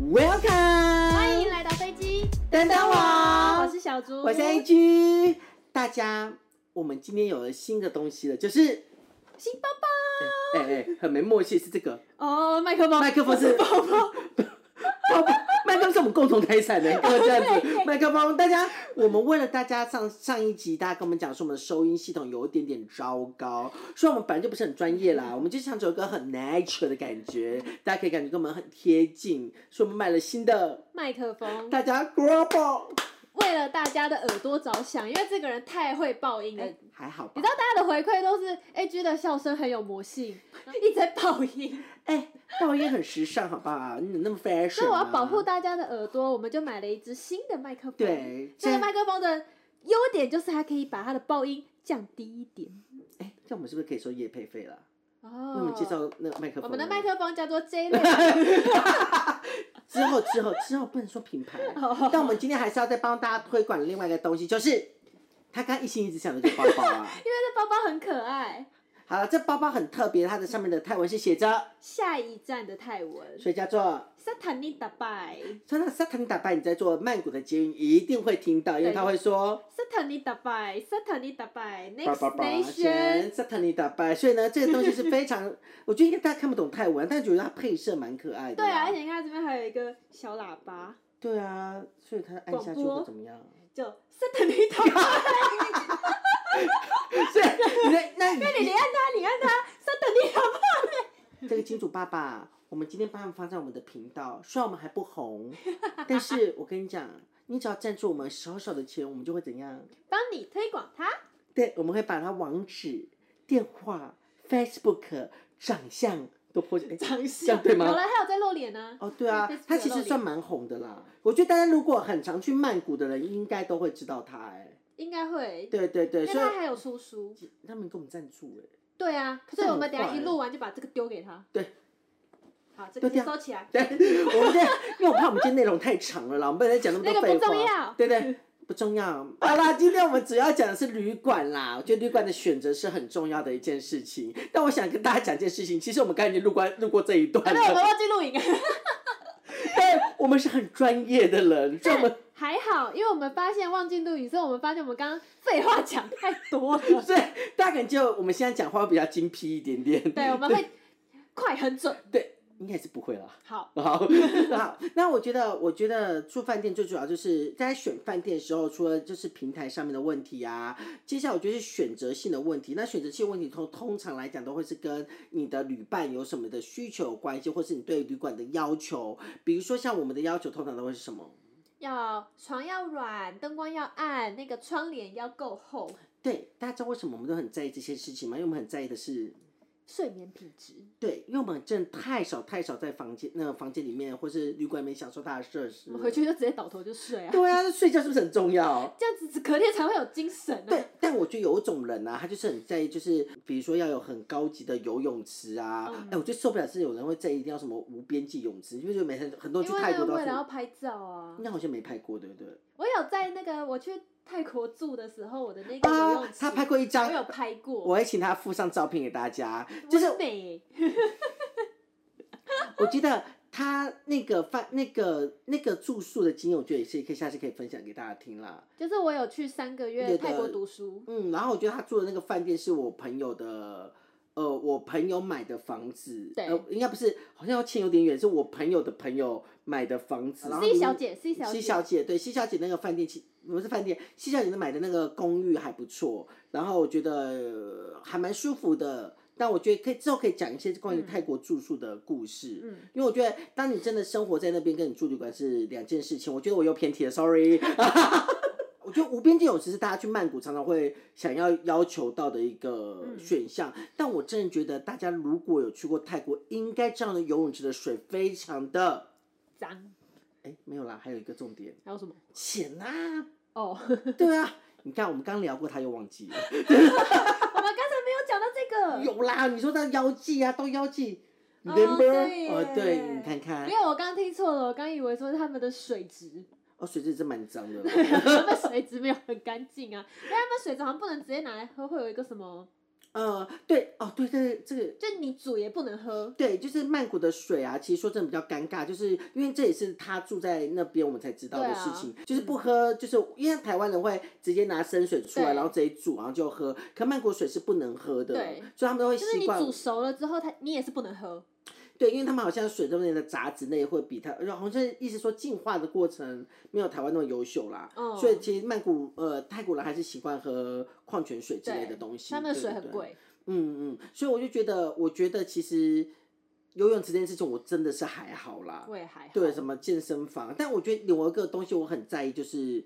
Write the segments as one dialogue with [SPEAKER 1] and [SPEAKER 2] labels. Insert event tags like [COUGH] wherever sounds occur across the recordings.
[SPEAKER 1] Welcome，
[SPEAKER 2] 欢迎来到飞机，
[SPEAKER 1] 等等我，
[SPEAKER 2] 我是小猪，
[SPEAKER 1] 我是 AG。大家，我们今天有了新的东西了，就是
[SPEAKER 2] 新包包
[SPEAKER 1] 哎哎，很没默契，是这个
[SPEAKER 2] 哦，麦克风，
[SPEAKER 1] 麦克风是
[SPEAKER 2] 包包，
[SPEAKER 1] 包包，麦克风是我们共同财产的，各位这样子，麦克风，大家，我们为了大家上上一集，大家跟我们讲说我们的收音系统有一点点糟糕，虽然我们本来就不是很专业啦，我们就想走一个很 natural 的感觉，大家可以感觉跟我们很贴近，所以我们买了新的，
[SPEAKER 2] 麦克风，
[SPEAKER 1] 大家 global，
[SPEAKER 2] 为了大家的耳朵着想，因为这个人太会爆音了。
[SPEAKER 1] 还好吧
[SPEAKER 2] 哎你知？道大家的回馈都是 A G 的笑声很有魔性， [LAUGHS] 一直在爆音，
[SPEAKER 1] 哎，倒也很时尚，好不好？你怎么
[SPEAKER 2] [LAUGHS]
[SPEAKER 1] 那么 fashion？
[SPEAKER 2] 所以我要
[SPEAKER 1] 啊
[SPEAKER 2] 保护大家的耳朵，我们就买了一支新的麦克风。，
[SPEAKER 1] 对，
[SPEAKER 2] 这
[SPEAKER 1] 现在
[SPEAKER 2] 个麦克风的优点就是它可以把它的爆音降低一点。
[SPEAKER 1] 哎，这样我们是不是可以收夜配费了？那我
[SPEAKER 2] 哦
[SPEAKER 1] 们介绍那个麦克风了，
[SPEAKER 2] 我们的麦克风叫做 J [LAUGHS] 类，
[SPEAKER 1] 之后之后之后不能说品
[SPEAKER 2] [LAUGHS]
[SPEAKER 1] 牌，
[SPEAKER 2] 哦
[SPEAKER 1] 但我们今天还是要再帮大家推广另外一个东西，就是他刚刚一心一直想的这个包包啊。
[SPEAKER 2] 因为这包包很可爱。
[SPEAKER 1] 好了，这包包很特别，它的上面的泰文是写着，
[SPEAKER 2] 下一站的泰文，
[SPEAKER 1] 所以叫做
[SPEAKER 2] 萨坦尼打拜，
[SPEAKER 1] 穿上沙滩打扮，你在做曼谷的捷运一定会听到，因为他会说。
[SPEAKER 2] 萨坦尼打拜，萨坦尼打拜
[SPEAKER 1] 叭
[SPEAKER 2] ，Next
[SPEAKER 1] 叭叭，
[SPEAKER 2] Station。
[SPEAKER 1] 沙坦尼打扮，所以呢，这个东西是非常，我觉得应该大家看不懂泰文，但是觉得它配色蛮可爱的
[SPEAKER 2] 对
[SPEAKER 1] 啦。
[SPEAKER 2] 啊，而且你看这边还有一个小喇叭，
[SPEAKER 1] 对啊，所以它按下去
[SPEAKER 2] 广播
[SPEAKER 1] 会怎么样？
[SPEAKER 2] 就萨坦尼打
[SPEAKER 1] [LAUGHS]
[SPEAKER 2] 拜，
[SPEAKER 1] 所以你在那
[SPEAKER 2] 那你
[SPEAKER 1] 你
[SPEAKER 2] 按它，你按它，萨坦尼打拜。
[SPEAKER 1] 这个金主爸爸，我们今天帮他们放在我们的频道，虽然我们还不红，但是我跟你讲，你只要赞助我们少少的钱，我们就会怎样？
[SPEAKER 2] 帮你推广它，
[SPEAKER 1] 对，我们会把他网址、电话、Facebook、长相都破解。哎
[SPEAKER 2] 长
[SPEAKER 1] 这样对吗
[SPEAKER 2] 有了，还有在露脸呢、
[SPEAKER 1] 哦，对啊
[SPEAKER 2] 对，Facebook
[SPEAKER 1] 他其实算蛮红的啦。我觉得大家如果很常去曼谷的人，应该都会知道他、哎，
[SPEAKER 2] 应该会。
[SPEAKER 1] 对对对，
[SPEAKER 2] 因为
[SPEAKER 1] 所
[SPEAKER 2] 他
[SPEAKER 1] 以
[SPEAKER 2] 还有出书，
[SPEAKER 1] 他们给我们赞助、哎。 [LAUGHS]
[SPEAKER 2] 对啊，
[SPEAKER 1] 他
[SPEAKER 2] 所以我们
[SPEAKER 1] 真
[SPEAKER 2] 等
[SPEAKER 1] 的
[SPEAKER 2] 一
[SPEAKER 1] 很
[SPEAKER 2] 下一
[SPEAKER 1] 坏
[SPEAKER 2] 录完就把这个丢给他。
[SPEAKER 1] 对，
[SPEAKER 2] 好，这个
[SPEAKER 1] 丢
[SPEAKER 2] 先
[SPEAKER 1] 掉
[SPEAKER 2] 收起来。
[SPEAKER 1] 对，我们这，因为我怕我们今天内容太长了啦，我们不能再讲那么多
[SPEAKER 2] 那个
[SPEAKER 1] 废话。
[SPEAKER 2] 不重要
[SPEAKER 1] 对对，不重要。好啦，今天我们主要讲的是旅馆啦，我觉得旅馆的选择是很重要的一件事情。但我想跟大家讲一件事情，其实我们刚才已经录过录过这一段
[SPEAKER 2] 啊，对，我
[SPEAKER 1] 了，
[SPEAKER 2] 们忘记录影。
[SPEAKER 1] 但我们是很专业的人，所以我们
[SPEAKER 2] 还好，因为我们发现忘记录影，所以我们发现我们刚刚废话讲太多了。
[SPEAKER 1] [LAUGHS] 所以大家可能就我们现在讲话会比较精辟一点点。
[SPEAKER 2] 对，我们会快很准。
[SPEAKER 1] 对，应该是不会啦。
[SPEAKER 2] [LAUGHS] 好， [LAUGHS]
[SPEAKER 1] 好，好，那我觉得，我觉得住饭店最主要就是在选饭店的时候，除了就是平台上面的问题啊，接下来我觉得是选择性的问题。那选择性问题通通常来讲都会是跟你的旅伴有什么的需求有关系，或是你对旅馆的要求。比如说像我们的要求，通常都会是什么？
[SPEAKER 2] 要床要软，灯光要暗，那个窗帘要够厚，
[SPEAKER 1] 对，大家知道为什么我们都很在意这些事情吗？因为我们很在意的是
[SPEAKER 2] 睡眠品质。
[SPEAKER 1] 对，因为我们真的太少太少在房间那个房间里面或是旅馆里面享受它的设施
[SPEAKER 2] 我。们回去就直接倒头就睡啊，
[SPEAKER 1] 嗯对啊，睡觉是不是很重要？
[SPEAKER 2] 这样子隔天才会有精神啊呢、
[SPEAKER 1] 对，但我觉得有一种人啊，他就是很在意，就是比如说要有很高级的游泳池啊，哎、
[SPEAKER 2] 嗯
[SPEAKER 1] 我最受不了是有人会在意一定要什么无边际泳池，因为就每天很多
[SPEAKER 2] 因
[SPEAKER 1] 去
[SPEAKER 2] 为
[SPEAKER 1] 泰
[SPEAKER 2] 那
[SPEAKER 1] 国都
[SPEAKER 2] 个
[SPEAKER 1] 要
[SPEAKER 2] 为了要
[SPEAKER 1] 住，
[SPEAKER 2] 拍照啊，
[SPEAKER 1] 那好像没拍过，对不对？
[SPEAKER 2] 我有在那个我去泰国住的时候，我的那个游
[SPEAKER 1] 啊
[SPEAKER 2] 泳，池，
[SPEAKER 1] 他拍过一
[SPEAKER 2] 我有啊
[SPEAKER 1] 张，
[SPEAKER 2] 拍过，
[SPEAKER 1] 我会请他附上照片给大家，就是
[SPEAKER 2] 完美
[SPEAKER 1] 我觉得他那个饭那个那个住宿的经验，我觉得也是可以下次可以分享给大家听啦。
[SPEAKER 2] 就是我有去三个
[SPEAKER 1] 那
[SPEAKER 2] 月
[SPEAKER 1] 个
[SPEAKER 2] 泰国读书，
[SPEAKER 1] 嗯，然后我觉得他住的那个饭店是我朋友的，呃，我朋友买的房子，
[SPEAKER 2] 对
[SPEAKER 1] 呃，应该不是，好像要牵有点远，是我朋友的朋友买的房子。然后
[SPEAKER 2] 啊 C
[SPEAKER 1] 里
[SPEAKER 2] 小
[SPEAKER 1] 面
[SPEAKER 2] 姐，C 小
[SPEAKER 1] ，C
[SPEAKER 2] 姐，
[SPEAKER 1] 小姐，对，C 小姐那个饭店其不是饭店，C 小姐那买的那个公寓还不错，然后我觉得、呃还蛮舒服的。但我觉得可以之后可以讲一些关于
[SPEAKER 2] 嗯
[SPEAKER 1] 泰国住宿的故事，
[SPEAKER 2] 嗯
[SPEAKER 1] 因为我觉得当你真的生活在那边，跟你住旅馆是两件事情。我觉得我又偏题了，sorry。我觉得无边界泳池是大家去曼谷常常会想要要求到的一个
[SPEAKER 2] 嗯
[SPEAKER 1] 选项，但我真的觉得大家如果有去过泰国，应该这样的游泳池的水非常的，
[SPEAKER 2] 脏，
[SPEAKER 1] 哎，没有啦，还有一个重点，
[SPEAKER 2] 还有什么？
[SPEAKER 1] 浅呐、
[SPEAKER 2] 哦， [LAUGHS]
[SPEAKER 1] 对啊，你看我们刚聊过，他又忘记了，
[SPEAKER 2] 我们刚才没有讲到这个。
[SPEAKER 1] 有啦，你说那妖姬啊，到妖姬
[SPEAKER 2] 哦
[SPEAKER 1] ，remember，
[SPEAKER 2] 对
[SPEAKER 1] 哦对，
[SPEAKER 2] 耶
[SPEAKER 1] 你看看
[SPEAKER 2] 没，有，我刚听错了，我刚以为说是他们的水质， [LAUGHS]
[SPEAKER 1] 哦，水质真蛮脏的啦，
[SPEAKER 2] 他们水质没有很干净啊，因为他们水质好像不能直接拿来喝，会有一个什么
[SPEAKER 1] 呃，对，哦，对对，这个
[SPEAKER 2] 就你煮也不能喝，
[SPEAKER 1] 对，就是曼谷的水啊，其实说真的比较尴尬，就是因为这也是他住在那边我们才知道
[SPEAKER 2] 啊
[SPEAKER 1] 的事情，就是不喝，就是因为台湾人会直接拿生水出来，
[SPEAKER 2] 嗯对
[SPEAKER 1] 然后直接煮，然后就喝，可曼谷水是不能喝的，
[SPEAKER 2] 对
[SPEAKER 1] 所以他们都会
[SPEAKER 2] 就是
[SPEAKER 1] 习
[SPEAKER 2] 你
[SPEAKER 1] 惯
[SPEAKER 2] 煮熟了之后，它你也是不能喝。
[SPEAKER 1] 对，因为他们好像水中间的杂质类会比它，然后就是意思说进化的过程没有台湾那么优秀啦，
[SPEAKER 2] 嗯
[SPEAKER 1] 所以其实曼谷呃泰国人还是习惯喝矿泉水之类的
[SPEAKER 2] 对
[SPEAKER 1] 东西，
[SPEAKER 2] 它那个
[SPEAKER 1] 对
[SPEAKER 2] 水
[SPEAKER 1] 对
[SPEAKER 2] 很
[SPEAKER 1] 对
[SPEAKER 2] 贵，
[SPEAKER 1] 嗯嗯，所以我就觉得，我觉得其实游泳池这件事情我真的是还好啦，
[SPEAKER 2] 我也还好。
[SPEAKER 1] 对什么健身房，但我觉得有一个东西我很在意就是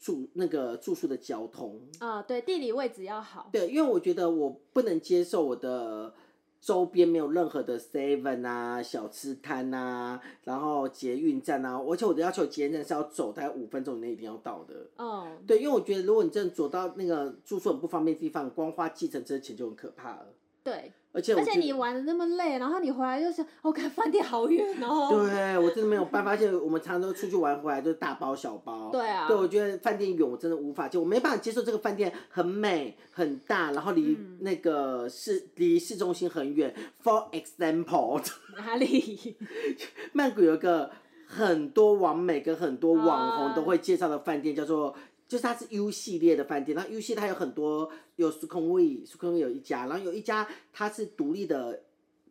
[SPEAKER 1] 住那个住宿的交通，
[SPEAKER 2] 啊、对，地理位置要好。
[SPEAKER 1] 对，因为我觉得我不能接受我的周边没有任何的 seven 啊、小吃摊啊，然后捷运站啊，而且我的要求捷运站是要走大概五分钟以内一定要到的。
[SPEAKER 2] 嗯，
[SPEAKER 1] 对，因为我觉得如果你真的走到那个住宿很不方便的地方，光花计程车钱就很可怕了。
[SPEAKER 2] 对，
[SPEAKER 1] 而且我
[SPEAKER 2] 而且
[SPEAKER 1] 觉
[SPEAKER 2] 你玩的那么累，然后你回来就想，我、哦、看饭店好远哦。
[SPEAKER 1] 对我真的没有办法，而且我们常常都出去玩回来就是大包小包。
[SPEAKER 2] 对啊，
[SPEAKER 1] 对，我觉得饭店远我真的无法接受，我没办法接受这个饭店很美很大，然后离
[SPEAKER 2] 嗯
[SPEAKER 1] 那个市、离市中心很远。For example， [LAUGHS]
[SPEAKER 2] 哪里？ [LAUGHS]
[SPEAKER 1] 曼谷有一个很多网美跟很多网红
[SPEAKER 2] 啊
[SPEAKER 1] 都会介绍的饭店，叫做。就是它是 U 系列的饭店，然后 U 系列它有很多有 s u k o n w i s u k o n w i 有一家，然后有一家它是独立的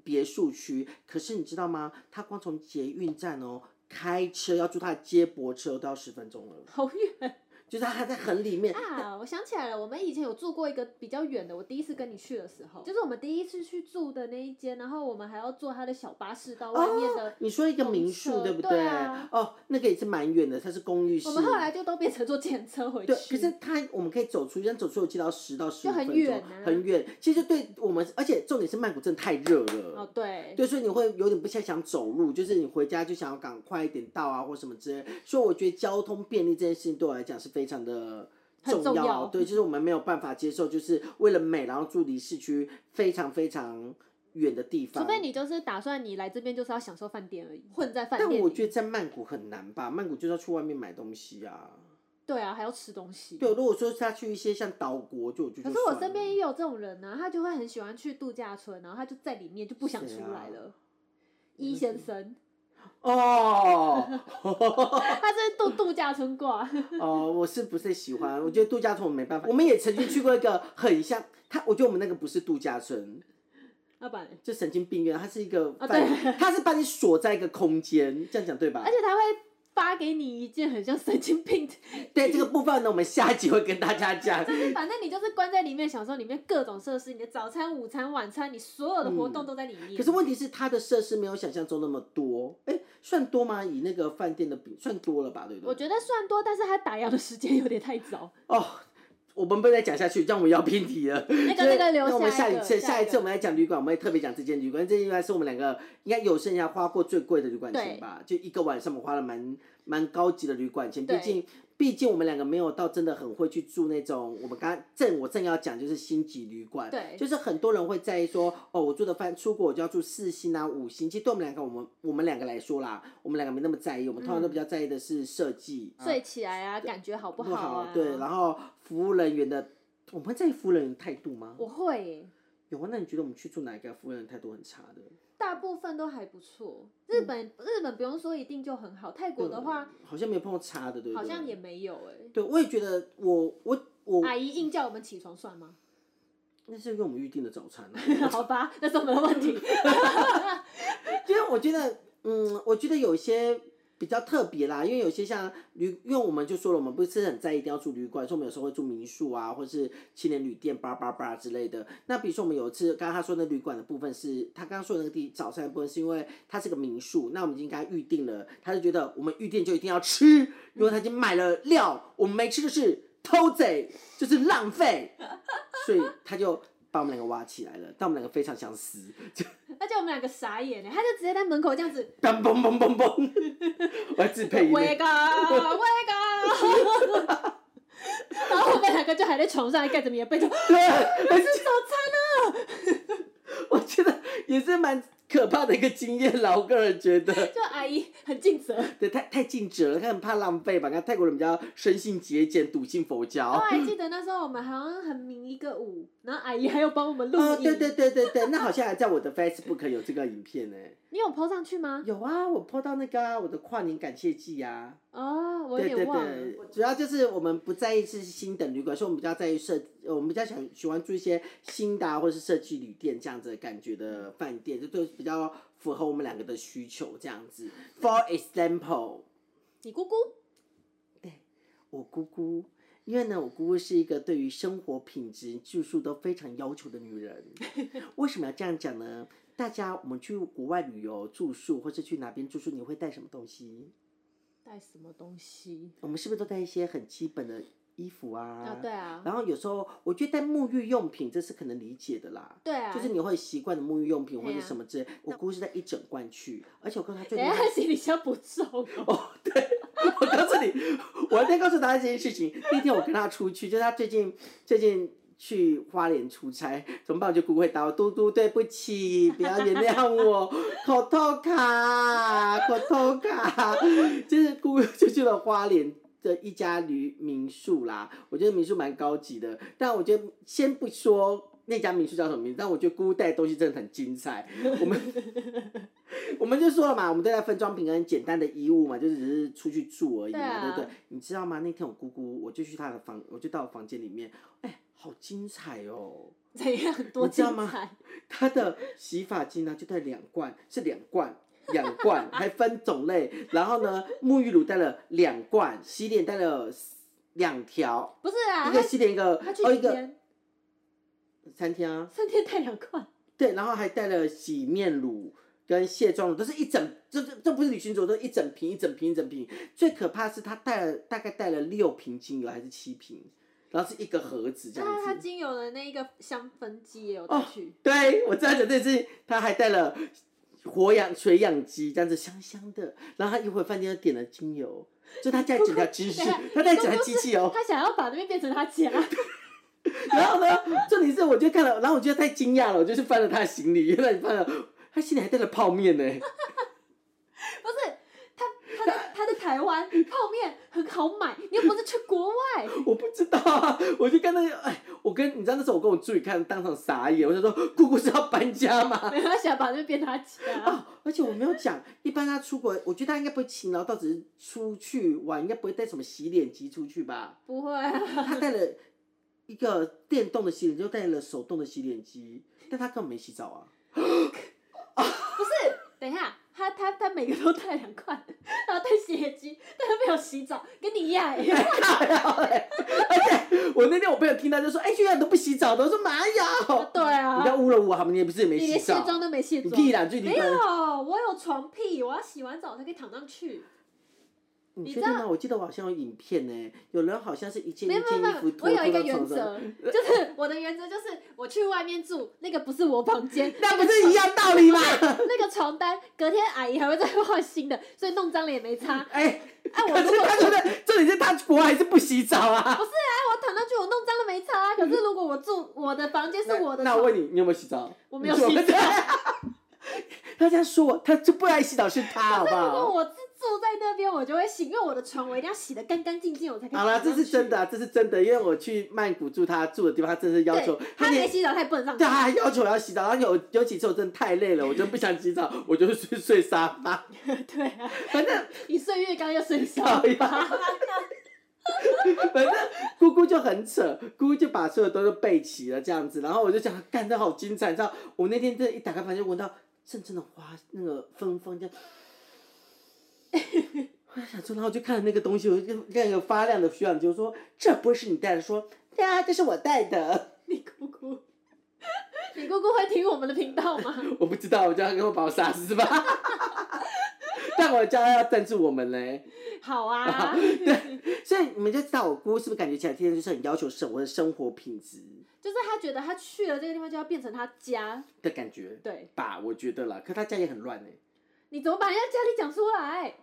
[SPEAKER 1] 别墅区，可是你知道吗？它光从捷运站哦开车要坐它的接驳车都要十分钟了，
[SPEAKER 2] 好远
[SPEAKER 1] 就是它还在很里面，
[SPEAKER 2] 啊！我想起来了，我们以前有住过一个比较远的，我第一次跟你去的时候，就是我们第一次去住的那一间，然后我们还要坐他的小巴士到外面的。
[SPEAKER 1] 你说一个民宿
[SPEAKER 2] 公车
[SPEAKER 1] 对不
[SPEAKER 2] 对啊
[SPEAKER 1] 哦，那个也是蛮远的，它是公寓式。
[SPEAKER 2] 我们后来就都变成坐电车回去。
[SPEAKER 1] 对，可是它我们可以走出，但走出我记得要十到十五
[SPEAKER 2] 就
[SPEAKER 1] 分
[SPEAKER 2] 很
[SPEAKER 1] 钟，
[SPEAKER 2] 远啊
[SPEAKER 1] 很远其实对我们，而且重点是曼谷真的太热了。
[SPEAKER 2] 哦，对，
[SPEAKER 1] 对，所以你会有点不太想走路，就是你回家就想要赶快一点到啊，或什么之类。所以我觉得交通便利这件事情对我来讲是非常的
[SPEAKER 2] 很
[SPEAKER 1] 重
[SPEAKER 2] 重要
[SPEAKER 1] 对，就是我们没有办法接受，就是为了美，然后住离市区非常非常远的地方。
[SPEAKER 2] 除非你就是打算你来这边就是要享受饭店而已，混在饭
[SPEAKER 1] 但
[SPEAKER 2] 店里。
[SPEAKER 1] 我觉得在曼谷很难吧，曼谷就是要去外面买东西啊。
[SPEAKER 2] 对啊，还要吃东西。
[SPEAKER 1] 对，如果说是他去一些像岛国，就我就
[SPEAKER 2] 可
[SPEAKER 1] 觉得
[SPEAKER 2] 是我
[SPEAKER 1] 算
[SPEAKER 2] 身边
[SPEAKER 1] 了
[SPEAKER 2] 也有这种人呢、啊他就会很喜欢去度假村，然后他就在里面就不想
[SPEAKER 1] 谁
[SPEAKER 2] 出
[SPEAKER 1] 啊
[SPEAKER 2] 来了。一先生， [LAUGHS]
[SPEAKER 1] 哦
[SPEAKER 2] 他真是度度假村挂， [LAUGHS]
[SPEAKER 1] 哦，我是不是喜欢？我觉得度假村我没办法，我们也曾经去过一个很像他，我觉得我们那个不是度假村，
[SPEAKER 2] 老板。
[SPEAKER 1] 就神经病院，它是一个
[SPEAKER 2] 啊
[SPEAKER 1] 把你
[SPEAKER 2] 对哎
[SPEAKER 1] 它是把你锁在一个空间，这样讲对吧
[SPEAKER 2] 而？且他会发给你一件很像神经病的，
[SPEAKER 1] 对这个部分呢，我们下一集会跟大家讲。
[SPEAKER 2] 反正你就是关在里面享受里面各种设施，你的早餐、午餐、晚餐，你所有的活动都在里面。
[SPEAKER 1] 嗯可是问题是，它的设施没有想象中那么多，哎，算多吗？以那个饭店的比，算多了吧，对不对？
[SPEAKER 2] 我觉得算多，但是他打烊的时间有点太
[SPEAKER 1] [LAUGHS]
[SPEAKER 2] 早。
[SPEAKER 1] 哦，我们不能再讲下去，让我们要偏题了。
[SPEAKER 2] 那
[SPEAKER 1] 就
[SPEAKER 2] 个
[SPEAKER 1] 是
[SPEAKER 2] 那个留
[SPEAKER 1] 那我们
[SPEAKER 2] 下
[SPEAKER 1] 下
[SPEAKER 2] 一
[SPEAKER 1] 一
[SPEAKER 2] 个
[SPEAKER 1] 次，下一次
[SPEAKER 2] 个
[SPEAKER 1] 我们来讲旅馆，我们会特别讲这间旅馆，这间应该是我们两个应该有生以来花过最贵的旅馆钱
[SPEAKER 2] 对
[SPEAKER 1] 吧？就一个晚上，我们花了蛮蛮高级的旅馆钱，毕
[SPEAKER 2] 对
[SPEAKER 1] 竟。毕竟我们两个没有到真的很会去住那种，我们刚正我正要讲就是星级旅馆，
[SPEAKER 2] 对
[SPEAKER 1] 就是很多人会在意说，哦，我住的饭出国我就要住四星啊五星，其实对我们两个我们我们两个来说啦，我们两个没那么在意，我们通常都比较在意的是设计，啊
[SPEAKER 2] 睡起来啊，感觉好嗯不
[SPEAKER 1] 不好、
[SPEAKER 2] 啊？
[SPEAKER 1] 对，然后服务人员的，我们会在意服务人员的态度吗？
[SPEAKER 2] 我会欸耶，
[SPEAKER 1] 有啊，那你觉得我们去住哪一个服务人员态度很差的？
[SPEAKER 2] 大部分都还不错。日本、
[SPEAKER 1] 嗯
[SPEAKER 2] 日本不用说一定就很好，泰国的话
[SPEAKER 1] 好像没有碰到差的，对不对？
[SPEAKER 2] 好像也没有哎。
[SPEAKER 1] 对，我也觉得我我我
[SPEAKER 2] 阿姨硬叫我们起床算吗？ [LAUGHS]
[SPEAKER 1] 那是跟我们预定的早餐、啊，
[SPEAKER 2] 好吧，那是我们的问题。
[SPEAKER 1] 就是我觉得嗯，我觉得有些。比较特别啦，因为有些像旅，因为我们就说了，我们不是很在意一定要住旅馆，所以我们有时候会住民宿啊，或是青年旅店、叭叭叭之类的。那比如说我们有一次，刚刚他说那旅馆的部分是，他刚刚说的那个地早餐的部分是因为它是个民宿，那我们已经跟他预定了，他就觉得我们预定就一定要吃，如果他已经买了料，我们没吃就是偷贼，就是浪费。所以他就把我们两个挖起来了，但我们两个非常相似，就
[SPEAKER 2] 而且我们两个傻眼欸呢，他就直接在门口这样子
[SPEAKER 1] 砰砰砰砰砰，我要自配音 [LAUGHS]
[SPEAKER 2] ，wake
[SPEAKER 1] 乐。[LAUGHS]
[SPEAKER 2] up，wake up。然后我们两个就还在床上盖着棉被，就
[SPEAKER 1] 对，而且 [LAUGHS]
[SPEAKER 2] 早餐呢？
[SPEAKER 1] 我觉得也是蛮可怕的一个经验啦，我个人觉得。 [LAUGHS]
[SPEAKER 2] 就阿姨很尽责。
[SPEAKER 1] 对，太太尽责了，他很怕浪费吧？看泰国人比较生性节俭，笃信佛教。
[SPEAKER 2] 我还记得那时候我们好像很迷一个舞，然后阿姨还有帮我们录影。
[SPEAKER 1] 哦，对对对对对，那好像还在我的 Facebook 有这个影片呢、
[SPEAKER 2] 你有 PO 上去吗？
[SPEAKER 1] 有啊，我 po 到那个、啊、我的跨年感谢祭啊。
[SPEAKER 2] 哦，我有
[SPEAKER 1] 对对
[SPEAKER 2] 点忘了。
[SPEAKER 1] 对，主要就是我们不在意是新的旅馆，所以我们比较在意设，呃我们比较想喜欢住一些新的、啊、或是设计旅店这样子的感觉的饭店，就对比较符合我们两个的需求这样子。For example，
[SPEAKER 2] 你姑姑
[SPEAKER 1] 我姑姑，因为呢，我姑姑是一个对于生活品质、住宿都非常要求的女人。为什么要这样讲呢？大家，我们去国外旅游住宿，或是去哪边住宿，你会带什么东西？
[SPEAKER 2] 带什么东西？
[SPEAKER 1] 我们是不是都带一些很基本的衣服啊？
[SPEAKER 2] 啊，对啊，
[SPEAKER 1] 然后有时候，我觉得带沐浴用品，这是可能理解的啦。
[SPEAKER 2] 对啊，
[SPEAKER 1] 就是你会习惯的沐浴用品或
[SPEAKER 2] 对
[SPEAKER 1] 者
[SPEAKER 2] 啊
[SPEAKER 1] 什么之类，我姑是带一整罐去，而且我告诉她最
[SPEAKER 2] 等
[SPEAKER 1] 厉
[SPEAKER 2] 一
[SPEAKER 1] 害
[SPEAKER 2] 下行李箱不重
[SPEAKER 1] [LAUGHS]
[SPEAKER 2] 哦。
[SPEAKER 1] 哦，对，我告诉你，我在告诉大家这件事情。那天我跟他出去，就是他最近最近去花莲出差，怎么办？我就不会打我嘟嘟，对不起，不要原谅我，口头卡，口头卡，就是姑姑就去了花莲。的一家旅民宿啦，我觉得民宿蛮高级的，但我觉得先不说那家民宿叫什么名字，但我觉得姑姑带的东西真的很精彩。我们我们就说了嘛，我们都在分装瓶跟简单的衣物嘛，就只是出去住而已嘛，
[SPEAKER 2] 对啊
[SPEAKER 1] 对不对？你知道吗？那天我姑姑，我就去她的房，我就到我房间里面，哎，好精彩哦！ [LAUGHS]
[SPEAKER 2] 怎样？多
[SPEAKER 1] 你知
[SPEAKER 2] 精
[SPEAKER 1] 道吗
[SPEAKER 2] 彩！
[SPEAKER 1] 她的洗发精呢，就带两罐，是两
[SPEAKER 2] [LAUGHS]
[SPEAKER 1] 罐。两罐还分种类，然后呢，沐浴乳带了两罐，洗脸带了两条，
[SPEAKER 2] 不是啊，
[SPEAKER 1] 一个
[SPEAKER 2] 他
[SPEAKER 1] 洗脸一个
[SPEAKER 2] 他去
[SPEAKER 1] 哦一
[SPEAKER 2] 几
[SPEAKER 1] 个
[SPEAKER 2] 天？
[SPEAKER 1] 三天啊，
[SPEAKER 2] 三天带两罐，
[SPEAKER 1] 对，然后还带了洗面乳跟卸妆乳，都是一整，这这这不是旅行组，都是一整瓶一整瓶一整瓶。最可怕是他带了大概带了六瓶精油还是七瓶，然后是一个盒子这
[SPEAKER 2] 啊那他
[SPEAKER 1] 样子。哦
[SPEAKER 2] 精油的那一个香氛机也有带去。
[SPEAKER 1] 对，我知道讲这次他还带了活氧水氧机这样子香香的，然后他一回饭店就点了精油，就他带整条机器，他带整台机器哦。
[SPEAKER 2] 他想要把那边变成他家， [LAUGHS]
[SPEAKER 1] 然后呢，重点是我就看了，然后我觉得太惊讶了，我就去翻了他的行李，原来你翻了，他行李还带了泡面呢、
[SPEAKER 2] 不是他他在他在台湾泡面很好买，你又不是去国外，
[SPEAKER 1] [LAUGHS] 我不知道啊，我就跟那个，哎，我跟你知道那时候我跟我助理看当场傻眼，我就说姑姑是要搬家吗？ [LAUGHS]
[SPEAKER 2] 没有他想把那边变他家。
[SPEAKER 1] 啊！而且我没有讲，一般他出国，我觉得他应该不会勤劳到只是出去玩，应该不会带什么洗脸机出去吧？
[SPEAKER 2] 不会 [LAUGHS] 啊，
[SPEAKER 1] 他带了一个电动的洗脸，就带了手动的洗脸机，但他根本没洗澡啊。 [LAUGHS]
[SPEAKER 2] 不是，等一下，他他他每个都带两罐，然后带洗衣机，但他没有洗澡，跟你一样欸。
[SPEAKER 1] 靠腰嘞而且我那天我朋友听到就说：“哎、居然你都不洗澡的。”我说：“哪有？
[SPEAKER 2] 对
[SPEAKER 1] 哦你不要
[SPEAKER 2] 啊，
[SPEAKER 1] 侮辱我好吗？你也不是也没
[SPEAKER 2] 你
[SPEAKER 1] 洗
[SPEAKER 2] 连卸
[SPEAKER 1] 澡，
[SPEAKER 2] 妆都没卸
[SPEAKER 1] 你
[SPEAKER 2] 妆，
[SPEAKER 1] 屁啦！最离
[SPEAKER 2] 没
[SPEAKER 1] 谱。
[SPEAKER 2] 有，我有床屁，我要洗完澡才可以躺上去。
[SPEAKER 1] 你
[SPEAKER 2] 你
[SPEAKER 1] 确
[SPEAKER 2] 知
[SPEAKER 1] 定
[SPEAKER 2] 道
[SPEAKER 1] 吗？我记得我好像有影片呢，有人好像是一件一
[SPEAKER 2] 没
[SPEAKER 1] 件
[SPEAKER 2] 有没有没
[SPEAKER 1] 衣服
[SPEAKER 2] 有，
[SPEAKER 1] 脱
[SPEAKER 2] 我有
[SPEAKER 1] 脱
[SPEAKER 2] 一个
[SPEAKER 1] 到
[SPEAKER 2] 原
[SPEAKER 1] 床上，[LAUGHS]
[SPEAKER 2] 则，就是我的原则就是我去外面住，那个不是我房间，
[SPEAKER 1] [LAUGHS] 那不是一样道理吗？
[SPEAKER 2] 那个床单隔天阿姨还会再换新的，所以弄脏了也没差。
[SPEAKER 1] 哎，
[SPEAKER 2] [LAUGHS] 哎、我
[SPEAKER 1] 可
[SPEAKER 2] 如
[SPEAKER 1] 是
[SPEAKER 2] 果
[SPEAKER 1] 他觉得这里是他国还是不洗澡啊？
[SPEAKER 2] 哎我躺上去我弄脏了没差，可是如果我住我的房间是我的
[SPEAKER 1] 那
[SPEAKER 2] 床
[SPEAKER 1] 我，问你，你有没有洗澡？
[SPEAKER 2] 我没有
[SPEAKER 1] 你说
[SPEAKER 2] 洗澡。
[SPEAKER 1] [LAUGHS]
[SPEAKER 2] [LAUGHS]
[SPEAKER 1] 他这样说我，他就不爱洗澡是他，好不
[SPEAKER 2] 如果
[SPEAKER 1] 好？
[SPEAKER 2] 我是住在那边，我就会洗，因为我的床我一定要洗的干干净净，我才可以。
[SPEAKER 1] 好啦，这是真。的啊，这是真的，因为我去曼谷住他住的地方，他真的是要求
[SPEAKER 2] 对，他没
[SPEAKER 1] 连
[SPEAKER 2] 洗澡他也不能上
[SPEAKER 1] 对
[SPEAKER 2] 床。
[SPEAKER 1] 啊，他还要求我要洗澡，然后有有几次我真的太累了，我就不想洗澡，我就睡睡沙发， [LAUGHS]
[SPEAKER 2] [LAUGHS] 对啊，
[SPEAKER 1] 反正
[SPEAKER 2] 一睡越高又睡小
[SPEAKER 1] 靠呀
[SPEAKER 2] 吧。
[SPEAKER 1] 反正姑姑就很扯，姑姑就把所有东西都备齐了这样子，然后我就想，干这好精彩！你知道，我那天真的一打开房间，闻到阵阵的花那个芬芳，这样。 [LAUGHS] 我在想说，然后我就看了那个东西，我就看那个发亮的徐朗就说：“这不是你带的。”说：“对啊，这是我带的。
[SPEAKER 2] [LAUGHS]
[SPEAKER 1] [LAUGHS]
[SPEAKER 2] 你姑姑，你姑姑会听我们的频道吗？”
[SPEAKER 1] 我不知道，我叫他给我把我杀死吧。 [LAUGHS] 但我叫他要赞助我们嘞，
[SPEAKER 2] [LAUGHS] 好啊，
[SPEAKER 1] 所以你们就知道我姑姑是不是感觉起来天天就是很要求生活的生活品质
[SPEAKER 2] 就是他觉得他去了这个地方就要变成他家。
[SPEAKER 1] 的感觉
[SPEAKER 2] 对，
[SPEAKER 1] 吧？我觉得啦，可他家也很乱哎、
[SPEAKER 2] 你怎么把人家家里讲出来？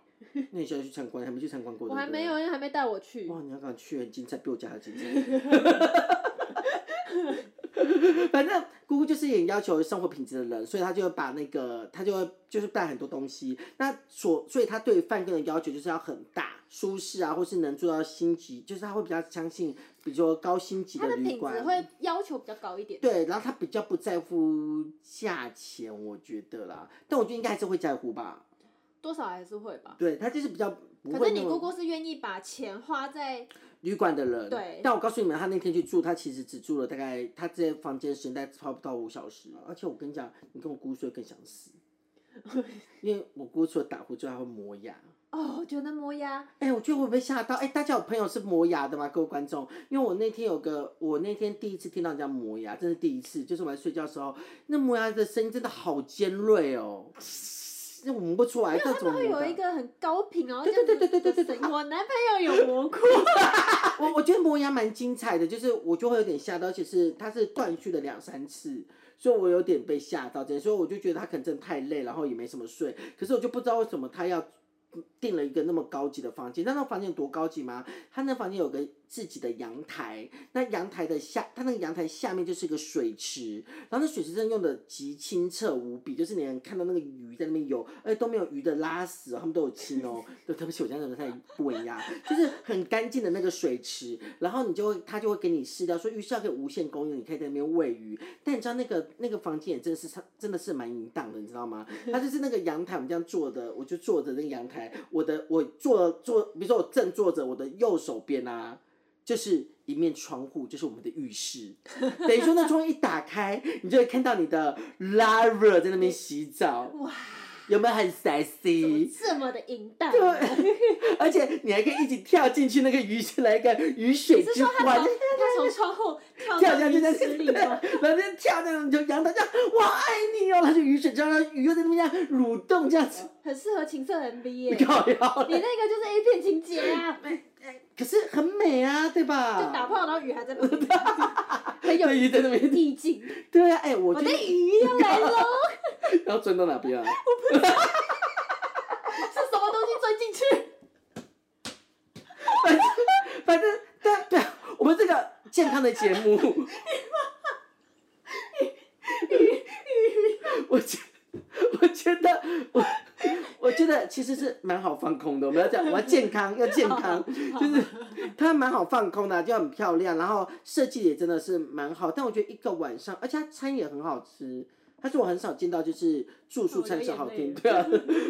[SPEAKER 1] 那你现在去参观，还没去参观过？对
[SPEAKER 2] 我
[SPEAKER 1] 不
[SPEAKER 2] 还没
[SPEAKER 1] 对
[SPEAKER 2] 有，。因为还没带我去。 [LAUGHS]
[SPEAKER 1] 哇，你要赶快去，很精彩，比我家还精彩。反正姑姑就是也要求生活品质的人，所以她就会把那个，她就会就是带很多东西。那所所以她对饭店的要求就是要很大、舒适啊，或是能做到星级，就是她会比较相信，比如说高星级
[SPEAKER 2] 它的
[SPEAKER 1] 旅
[SPEAKER 2] 品质
[SPEAKER 1] 馆。
[SPEAKER 2] 会要求比较高一点。
[SPEAKER 1] 对，然后她比较不在乎价钱，我觉得啦，但我觉得应该还是会在乎吧。
[SPEAKER 2] 多少还是会吧。
[SPEAKER 1] 对，她就是比较不
[SPEAKER 2] 可
[SPEAKER 1] 会
[SPEAKER 2] 是你
[SPEAKER 1] 那
[SPEAKER 2] 姑
[SPEAKER 1] 种
[SPEAKER 2] 姑是愿意把钱花在
[SPEAKER 1] 旅馆的人。
[SPEAKER 2] 对
[SPEAKER 1] 但我告诉你们，她那天去住，她其实只住了大概，她这房间时间大概差不到五小时。而且我跟你讲，你跟我姑说更想
[SPEAKER 2] [LAUGHS]
[SPEAKER 1] 死。因为我姑除了打呼之外还会磨牙。
[SPEAKER 2] 哦，我觉得磨牙
[SPEAKER 1] 哎、我觉得我被吓到。哎、大家有朋友是磨牙的吗？各位观众，因为我那天有个，我那天第一次听到人家磨牙，真是第一次，就是我在睡觉的时候，那磨牙的声音真的好尖锐
[SPEAKER 2] [LAUGHS]
[SPEAKER 1] 哦，那我磨不出来，各种
[SPEAKER 2] 会
[SPEAKER 1] 磨
[SPEAKER 2] 有
[SPEAKER 1] 的
[SPEAKER 2] 一。个很高频，然后
[SPEAKER 1] 对
[SPEAKER 2] 这样
[SPEAKER 1] 对
[SPEAKER 2] 子
[SPEAKER 1] 对对对
[SPEAKER 2] 的
[SPEAKER 1] 对对
[SPEAKER 2] 声音我男朋友有
[SPEAKER 1] [LAUGHS]
[SPEAKER 2] 磨过，
[SPEAKER 1] 我我觉得磨牙蛮精彩的，就是我就会有点吓到，而且是它是断续了两三次，所以我有点被吓到，所以我就觉得他可能真的太累，然后也没什么睡，可是我就不知道为什么他要。订了一个那么高级的房间，那那房间有多高级吗？他那房间有个自己的阳台，那阳台的下，他那个阳台下面就是一个水池，然后那水池真的用的极清澈无比，就是你能看到那个鱼在那边游，而且都没有鱼的拉屎哦，他们都有清哦。对，对不起，我这样讲得太不文雅，就是很干净的那个水池，然后你就会他就会给你试掉，说鱼是要可以无限供应，你可以在那边喂鱼。但你知道那个那个房间也真的是真的是蛮淫荡的，你知道吗？它就是那个阳台，我们这样坐的，我就坐着那个阳台，我的我坐坐，比如说我正坐着，我的右手边啊，就是一面窗户，就是我们的浴室。等于说那窗户一打开，你就会看到你的 lover 在那边洗澡，
[SPEAKER 2] 哇，
[SPEAKER 1] 有没有很
[SPEAKER 2] 怎么
[SPEAKER 1] sexy？
[SPEAKER 2] 这么的淫荡？
[SPEAKER 1] 对， [LAUGHS] 而且你还可以一起跳进去那个鱼池，来一个鱼水
[SPEAKER 2] 你是
[SPEAKER 1] 之
[SPEAKER 2] 说他
[SPEAKER 1] 欢
[SPEAKER 2] 从，他从窗户跳
[SPEAKER 1] 跳
[SPEAKER 2] 到
[SPEAKER 1] 下去
[SPEAKER 2] 浴
[SPEAKER 1] 在
[SPEAKER 2] 室里
[SPEAKER 1] 对
[SPEAKER 2] 吗？
[SPEAKER 1] 然后就跳 [LAUGHS] 那种就阳台这样，我爱你哦，然后就鱼水之后，然后鱼又在那边这样蠕动这样子，
[SPEAKER 2] 很适合情色 MV 耶、
[SPEAKER 1] 你搞笑
[SPEAKER 2] 你那个就是 A 片情节啊，
[SPEAKER 1] 可是很美啊，对吧？
[SPEAKER 2] 就打炮然后雨还在旁边，
[SPEAKER 1] [LAUGHS]
[SPEAKER 2] 很有
[SPEAKER 1] 鱼在那边，
[SPEAKER 2] 意境。
[SPEAKER 1] 对啊，哎、我
[SPEAKER 2] 我
[SPEAKER 1] 觉
[SPEAKER 2] 的
[SPEAKER 1] 得
[SPEAKER 2] 鱼要来
[SPEAKER 1] [LAUGHS]
[SPEAKER 2] 喽，
[SPEAKER 1] 要钻到哪边啊？
[SPEAKER 2] 是什么东西钻进
[SPEAKER 1] [LAUGHS]
[SPEAKER 2] 去？
[SPEAKER 1] 反正但对啊，我们这个健康的节 [LAUGHS] 目，我觉我觉得我我觉得其实是蛮好放空的。我们要讲，我要健 [LAUGHS] 康，要健康，就是它蛮好放空的啊、就很漂亮，然后设计也真的是蛮好。但我觉得一个晚上，而且它餐也很好吃。但是我很少见到就是住宿餐是好听，对啊，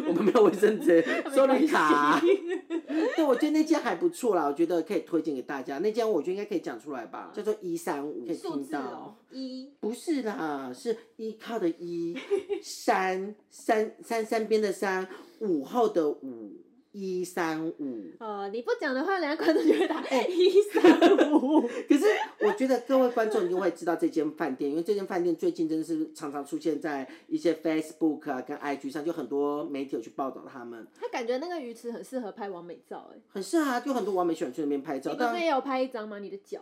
[SPEAKER 1] 我 [LAUGHS] 们没有卫生啊纸，收你卡、
[SPEAKER 2] [LAUGHS]
[SPEAKER 1] 对，我觉得那间还不错啦，我觉得可以推荐给大家。那间我觉得应该可以讲出来吧，叫做一三五，可以
[SPEAKER 2] 数
[SPEAKER 1] 听
[SPEAKER 2] 字
[SPEAKER 1] 到。
[SPEAKER 2] 哦，一
[SPEAKER 1] 不是啦，是依靠的依，山山山山边的山，午后的午，一三五。
[SPEAKER 2] 呃，你不讲的话，两个观众就会打
[SPEAKER 1] 哦
[SPEAKER 2] 一
[SPEAKER 1] [LAUGHS]
[SPEAKER 2] 三五。
[SPEAKER 1] 可是我觉得各位观众一定会知道这间饭店，因为这间饭店最近真的是常常出现在一些 Facebook 啊跟 IG 上，就很多媒体有去报道他们，
[SPEAKER 2] 他感觉那个鱼池很适合拍完美照哎、
[SPEAKER 1] 很是啊，就很多网美喜欢去那边拍照，
[SPEAKER 2] 你不
[SPEAKER 1] 但
[SPEAKER 2] 是也有拍一张吗？你的脚，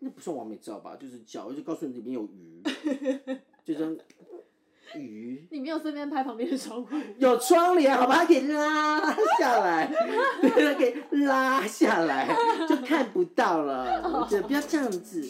[SPEAKER 1] 那不算完美照吧，就是脚，就告诉你里面有鱼， [LAUGHS] 就这样鱼
[SPEAKER 2] 你没有顺便拍旁边的
[SPEAKER 1] [LAUGHS]
[SPEAKER 2] 窗户，
[SPEAKER 1] 有窗帘，好吧，它可以拉下来， [LAUGHS] 对，它可以拉下来，就看不到了。
[SPEAKER 2] 哦
[SPEAKER 1] 我觉得不要这样子。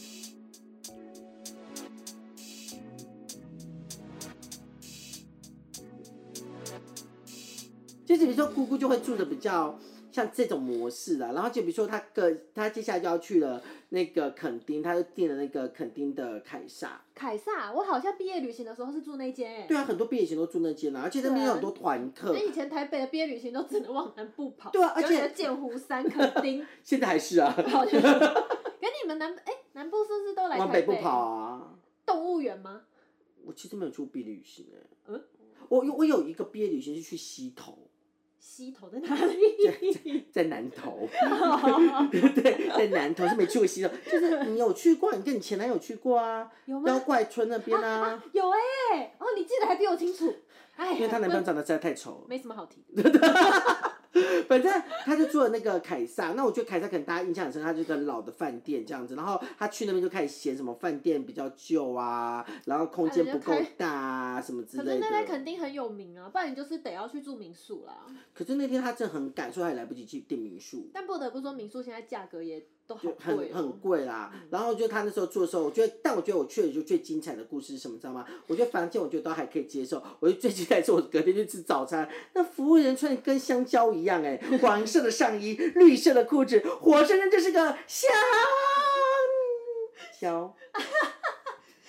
[SPEAKER 1] 就是比如说姑姑就会住的比较像这种模式啊，然后就比如说她个她接下来就要去了那个垦丁，她就订了那个垦丁的凯撒。
[SPEAKER 2] 凯撒，我好像毕业旅行的时候是住那间哎、
[SPEAKER 1] 对啊，很多毕业以前都住那间啊，而且那边有很多团客
[SPEAKER 2] 所。以以前台北的毕业旅行都只能往南部跑，
[SPEAKER 1] 对啊而且
[SPEAKER 2] 尤其是剑湖山、垦丁，
[SPEAKER 1] 现在还是啊，
[SPEAKER 2] 好像是。 [LAUGHS] 可你们南哎、南部是不是都来台
[SPEAKER 1] 往
[SPEAKER 2] 北
[SPEAKER 1] 北部跑啊。
[SPEAKER 2] 动物园吗？
[SPEAKER 1] 我其实没有去过毕业旅行哎、
[SPEAKER 2] 嗯
[SPEAKER 1] 我有我有一个毕业旅行是去西头，
[SPEAKER 2] 溪头在哪
[SPEAKER 1] [LAUGHS]
[SPEAKER 2] 里？
[SPEAKER 1] 在南头， [LAUGHS] 对，在南头是没去过西头，就是你有去过，你跟你前男友去过啊，
[SPEAKER 2] [LAUGHS] 有
[SPEAKER 1] 妖
[SPEAKER 2] 吗？
[SPEAKER 1] 怪村那边
[SPEAKER 2] [LAUGHS]
[SPEAKER 1] 啊，
[SPEAKER 2] 有哎、哦，你记得还比我清楚。哎，
[SPEAKER 1] 因为她男朋友
[SPEAKER 2] 不
[SPEAKER 1] 长得实在太丑了，
[SPEAKER 2] 没什么好提的。
[SPEAKER 1] 反正她就住了那个凯撒，那我觉得凯撒可能大家印象很深，它就是个老的饭店这样子，然后她去那边就开始嫌什么饭店比较旧啊，然后空间不够大啊，啊什么之
[SPEAKER 2] 可
[SPEAKER 1] 类的。
[SPEAKER 2] 是那边肯定很有名啊，不然你就是得要去住民宿啦。
[SPEAKER 1] 可是那天他真的很赶，所以他也来不及去订民宿，
[SPEAKER 2] 但不得不说，民宿现在价格也都好
[SPEAKER 1] 就
[SPEAKER 2] 贵、
[SPEAKER 1] 很
[SPEAKER 2] 哦，
[SPEAKER 1] 很贵啦。然后就他那时候住的时候，我觉得，但我觉得我去了就最精彩的故事是什么，知道吗？我觉得房间我觉得都还可以接受，我觉得最精彩的是我隔天去吃早餐，那服务人穿的跟香蕉一样、哎，黄色的上衣，绿色的裤子，活生生就是个香蕉。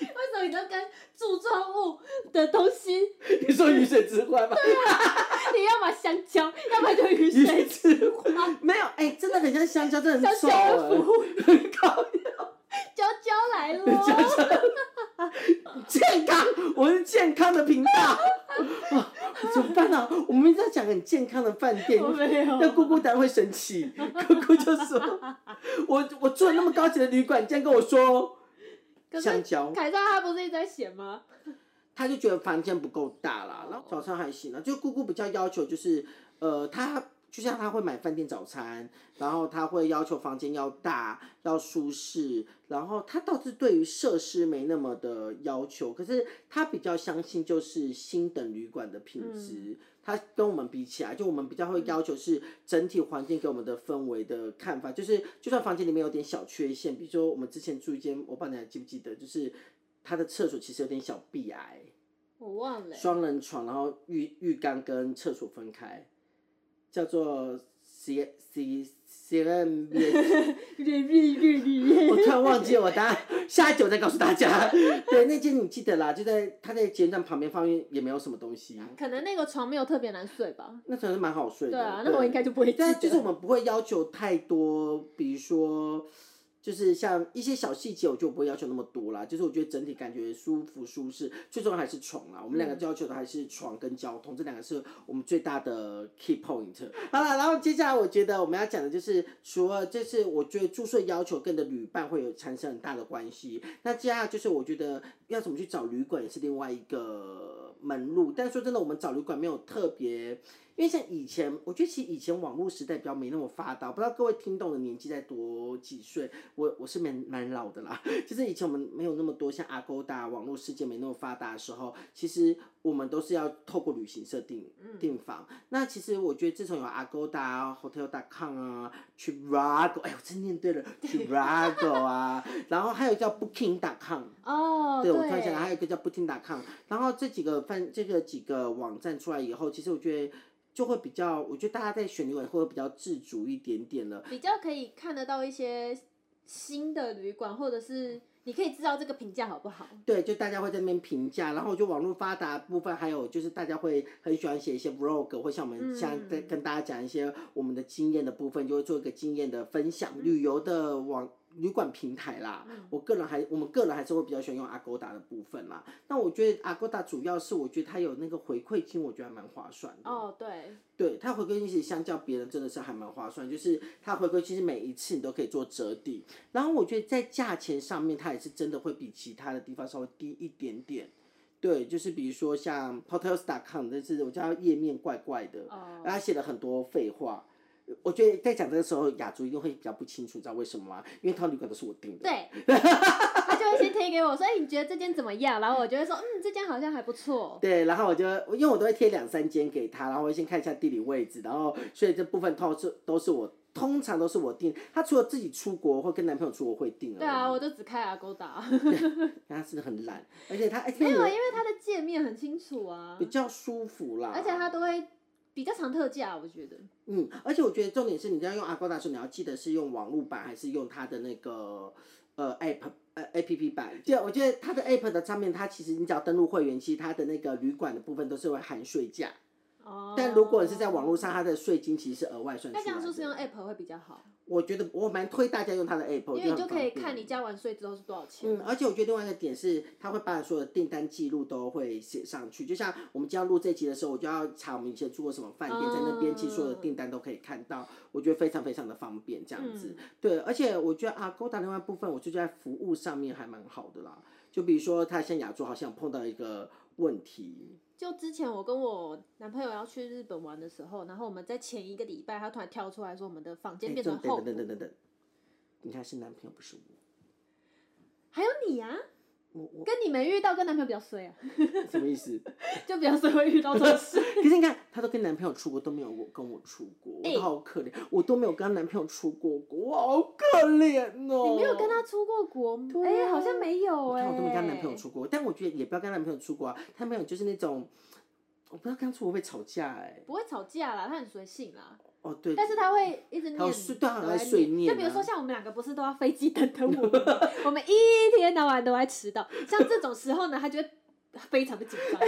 [SPEAKER 2] 为什么你都跟柱状物的东西，你
[SPEAKER 1] 你说雨水之欢吗？
[SPEAKER 2] 啊要么香蕉，要么就雨
[SPEAKER 1] 雨
[SPEAKER 2] 水
[SPEAKER 1] 水之欢
[SPEAKER 2] [LAUGHS] 花，
[SPEAKER 1] 没有，哎、真的很像香蕉，真的
[SPEAKER 2] 香
[SPEAKER 1] 很臭、
[SPEAKER 2] 蕉的服
[SPEAKER 1] 欸。
[SPEAKER 2] 务，
[SPEAKER 1] 很高
[SPEAKER 2] 蕉蕉
[SPEAKER 1] [LAUGHS]
[SPEAKER 2] 来喽。
[SPEAKER 1] 健康，我是健康的频道。
[SPEAKER 2] [LAUGHS]
[SPEAKER 1] 啊，怎么办呢、啊？我们一直在讲很健康的饭店
[SPEAKER 2] 我，没有
[SPEAKER 1] 那姑姑当然会生气。姑姑就说：“我我住了那么高级的旅馆，你竟然跟我说
[SPEAKER 2] 可
[SPEAKER 1] 香
[SPEAKER 2] 是
[SPEAKER 1] 蕉。
[SPEAKER 2] 凯撒他不是一直在写吗？”
[SPEAKER 1] 他就觉得房间不够大啦，然后早餐还行啊。就姑姑比较要求就是，呃，她就像她会买饭店早餐，然后她会要求房间要大、要舒适，然后她倒是对于设施没那么的要求，可是她比较相信就是星等旅馆的品质。她跟我们比起来，就我们比较会要求是整体环境给我们的氛围的看法，就是就算房间里面有点小缺陷，比如说我们之前住一间，我不知道你还记不记得，就是它的厕所其实有点小壁癌，
[SPEAKER 2] 我忘了欸、
[SPEAKER 1] 双人床，然后浴浴缸跟厕所分开，叫做 C C C N B。我突然忘记我答案，下一集我再告诉大家。 [LAUGHS] 对，那间你记得啦，就在它在捷运站旁边，方面也没有什么东西。
[SPEAKER 2] 可能那个床没有特别难睡吧。
[SPEAKER 1] 那床是蛮好睡的。
[SPEAKER 2] 对啊，那我应该就不会记得。
[SPEAKER 1] 但就是我们不会要求太多，比如说，就是像一些小细节，我就不会要求那么多啦。就是我觉得整体感觉舒服舒适，最重要还是床啦。我们两个要求的还是床跟交通，这两个是我们最大的 key point。好了，然后接下来我觉得我们要讲的就是，除了这次我觉得住宿要求跟你的旅伴会有产生很大的关系。那接下来就是我觉得要怎么去找旅馆也是另外一个门路。但说真的，我们找旅馆没有特别。因为像以前，我觉得其实以前网络时代比较没那么发达，不知道各位听众的年纪在多几岁？我我是蛮蛮老的啦， [LAUGHS] 就是以前我们没有那么多像阿勾达网络世界没那么发达的时候，其实我们都是要透过旅行社订
[SPEAKER 2] 嗯
[SPEAKER 1] 订房。那其实我觉得自从有阿勾达、Hotel.com 啊、Trivago，哎，我真念对了，Trivago 啊，然后还有叫 Booking.com。
[SPEAKER 2] 哦，
[SPEAKER 1] 对，我突然想到还有一个叫不听打抗，然后这几个饭这个几个网站出来以后，其实我觉得就会比较，我觉得大家在选旅馆会比较自主一点点了。
[SPEAKER 2] 比较可以看得到一些新的旅馆，或者是你可以知道这个评价好不好。
[SPEAKER 1] 对，就大家会在那边评价，然后就网络发达的部分，还有就是大家会很喜欢写一些 vlog，或像我们
[SPEAKER 2] 嗯
[SPEAKER 1] 像在跟大家讲一些我们的经验的部分，就会做一个经验的分享，
[SPEAKER 2] 嗯
[SPEAKER 1] 旅游的网旅馆平台啦。我个人还我们个人还是会比较喜欢用 Agoda 的部分啦。那我觉得 Agoda 主要是我觉得它有那个回馈金，我觉得还蛮划算的。
[SPEAKER 2] 哦，对，
[SPEAKER 1] 对，它回归金其实相较别人真的是还蛮划算，就是它回归金是每一次你都可以做折抵，然后我觉得在价钱上面它也是真的会比其他的地方稍微低一点点。对，就是比如说像 hotels.com，但是我觉得它页面怪怪的，
[SPEAKER 2] 哦，
[SPEAKER 1] 然后他写了很多废话。我觉得在讲这个时候，雅竹一定会比较不清楚，你知道为什么吗？因为套旅馆都是我订的。
[SPEAKER 2] 对，他就会先贴给我说，哎、你觉得这间怎么样？然后我就会说，嗯，这间好像还不错。
[SPEAKER 1] 对，然后我就因为我都会贴两三间给他，然后我会先看一下地理位置，然后所以这部分都是都是我通常都是我定。他除了自己出国或跟男朋友出国会定而已
[SPEAKER 2] 对啊，，我就只开 Agoda，
[SPEAKER 1] 他是不是很懒？而且他而且
[SPEAKER 2] 没有，因
[SPEAKER 1] 你
[SPEAKER 2] 为它的界面很清楚啊
[SPEAKER 1] 比，较舒服啦，
[SPEAKER 2] 而且它都会比较常特价，我觉得。
[SPEAKER 1] 嗯，而且我觉得重点是你要用阿高达的时候，你要记得是用网络版还是用它的那个呃 app 呃 app 版。对，我觉得它的 app 的上面，它其实你只要登录会员，其实它的那个旅馆的部分都是会含税价，
[SPEAKER 2] 哦。
[SPEAKER 1] 但如果你是在网络上，，它的税金其实是额外算出
[SPEAKER 2] 那
[SPEAKER 1] 来
[SPEAKER 2] 这
[SPEAKER 1] 的。
[SPEAKER 2] 样是不是用 App 会比较好？
[SPEAKER 1] 我觉得我蛮推大家用它的 app，
[SPEAKER 2] 因为你
[SPEAKER 1] 我觉
[SPEAKER 2] 就
[SPEAKER 1] 得很
[SPEAKER 2] 可以
[SPEAKER 1] 方便
[SPEAKER 2] 看你加完税之后是多少钱。
[SPEAKER 1] 嗯，而且我觉得另外一个点是，他会把所有的订单记录都会写上去。就像我们今天录这集的时候，我就要查我们以前住过什么饭店，在那边其实所有
[SPEAKER 2] 哦
[SPEAKER 1] 的订单都可以看到，我觉得非常非常的方便这样
[SPEAKER 2] 嗯
[SPEAKER 1] 子。对，而且我觉得啊，勾搭另外一部分，我就觉得在服务上面还蛮好的啦。就比如说，他像亚洲好像碰到一个问题，
[SPEAKER 2] 就之前我跟我男朋友要去日本玩的时候，然后我们在前一个礼拜，他突然跳出来说我们的房间
[SPEAKER 1] 哎
[SPEAKER 2] 变
[SPEAKER 1] 等
[SPEAKER 2] 成
[SPEAKER 1] 等
[SPEAKER 2] 后
[SPEAKER 1] 等等
[SPEAKER 2] 补，
[SPEAKER 1] 等等等，你看是男朋友不是我。
[SPEAKER 2] 还有你啊，
[SPEAKER 1] 我我
[SPEAKER 2] 跟你没遇到，跟男朋友比较衰啊，
[SPEAKER 1] 什么意思？
[SPEAKER 2] 就比较衰会遇到这种事。
[SPEAKER 1] 可是你看，她都跟男朋友出国，都没有我跟我出国，我
[SPEAKER 2] 哎
[SPEAKER 1] 都好可怜，我都没有跟她男朋友出过国，我好可怜 [LAUGHS] 哦。
[SPEAKER 2] 你没有跟他出过国吗？哎、
[SPEAKER 1] 对啊
[SPEAKER 2] 好像没有
[SPEAKER 1] 我
[SPEAKER 2] 哎、
[SPEAKER 1] 看我都没跟她男朋友出国，但我觉得也不要跟她男朋友出国啊。她男朋友就是那种，我不知道跟她出国会不会吵架哎、
[SPEAKER 2] 不会吵架啦，他很随性啦，
[SPEAKER 1] 哦对，
[SPEAKER 2] 但是他会一直
[SPEAKER 1] 他有
[SPEAKER 2] 念
[SPEAKER 1] 碎
[SPEAKER 2] 你，
[SPEAKER 1] 对他很
[SPEAKER 2] 都
[SPEAKER 1] 爱
[SPEAKER 2] 在
[SPEAKER 1] 碎念
[SPEAKER 2] 就比如
[SPEAKER 1] 啊
[SPEAKER 2] 说像我们两个不是都要飞机等等我们吗， [LAUGHS] 我们一天到晚都在迟到，像这种时候呢，他就会非常的紧张。